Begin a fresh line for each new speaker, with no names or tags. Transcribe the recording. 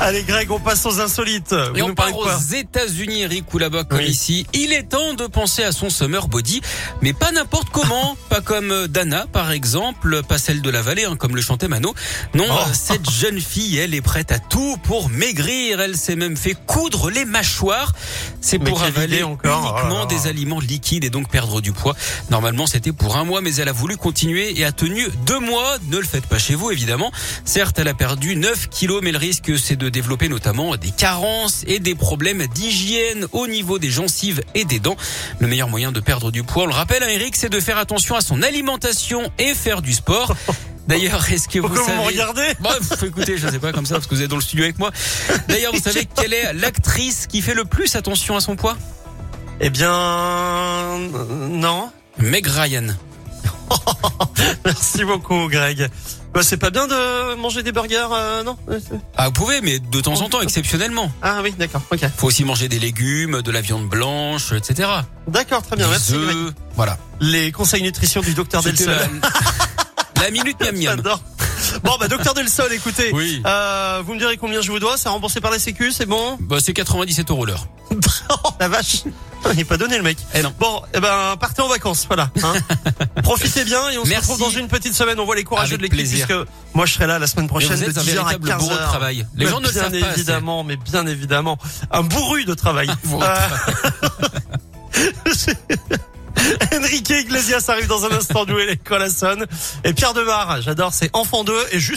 Allez Greg, on passe aux insolites.
Et
Euh, Vous
on
nous parlez
part
de quoi
aux États-Unis, Eric, ou là-bas comme
Oui.
ici. Il est temps de penser à son summer body, mais pas n'importe comment, pas comme euh, Dana par exemple, pas celle de la vallée, hein, comme le chantait Mano. Non,
Oh.
euh, cette jeune fille, elle est prête à tout pour maigrir. Elle s'est même fait coudre les mâchoires. C'est
Mais
pour
quelle idée
avaler
encore, oh là
uniquement
là.
des aliments liquides et donc perdre du poids. Normalement, c'était pour un mois, mais elle a voulu continuer et a tenu deux mois. Ne le faites pas chez vous, évidemment. Certes, elle a perdu 9 kilos, mais le risque, c'est de développer notamment des carences et des problèmes d'hygiène au niveau des gencives et des dents. Le meilleur moyen de perdre du poids, on le rappelle, hein, Eric, c'est de faire attention à son alimentation et faire du sport. D'ailleurs, est-ce que vous
Pourquoi vous me
savez...
regardez
Bref, écoutez, je sais pas comme ça parce que vous êtes dans le studio avec moi. D'ailleurs, vous savez quelle est l'actrice qui fait le plus attention à son poids
Eh bien, euh, non.
Meg Ryan.
Merci beaucoup Greg. Bah, c'est pas bien de manger des burgers, euh, non Euh, c'est-
Ah, vous pouvez, mais de temps en temps, exceptionnellement.
Ah oui, d'accord, ok.
Faut aussi manger des légumes, de la viande blanche, etc.
D'accord, très bien,
Des
merci Greg.
œufs, voilà.
Les conseils nutrition du docteur
C'était
Delsol.
La, la minute miam miam.
J'adore. Bon, bah docteur Delsol, écoutez.
Oui.
Euh, vous me direz combien je vous dois, c'est remboursé par la Sécu, c'est bon
Bah, c'est 97 euros l'heure.
Oh la vache Il n'est pas donné le mec.
Eh non.
Bon, eh ben partez en vacances, voilà. hein. Profitez bien et on
Merci.
se retrouve dans une petite semaine. On voit les courageux
Avec
de l'équipe
plaisir.
puisque moi je serai là la semaine
Et
prochaine
vous
de
êtes un
10h à
véritable bourreau de
15h.
travail. Les
Mais
gens ne le
bien
savent pas. assez.
évidemment, mais bien évidemment, un bourru de travail.
Bourru de
Euh, Enrique Iglesias arrive dans un instant d'où elle est, quand la sonne. Et Pierre Demar, j'adore, c'est enfant 2 et juste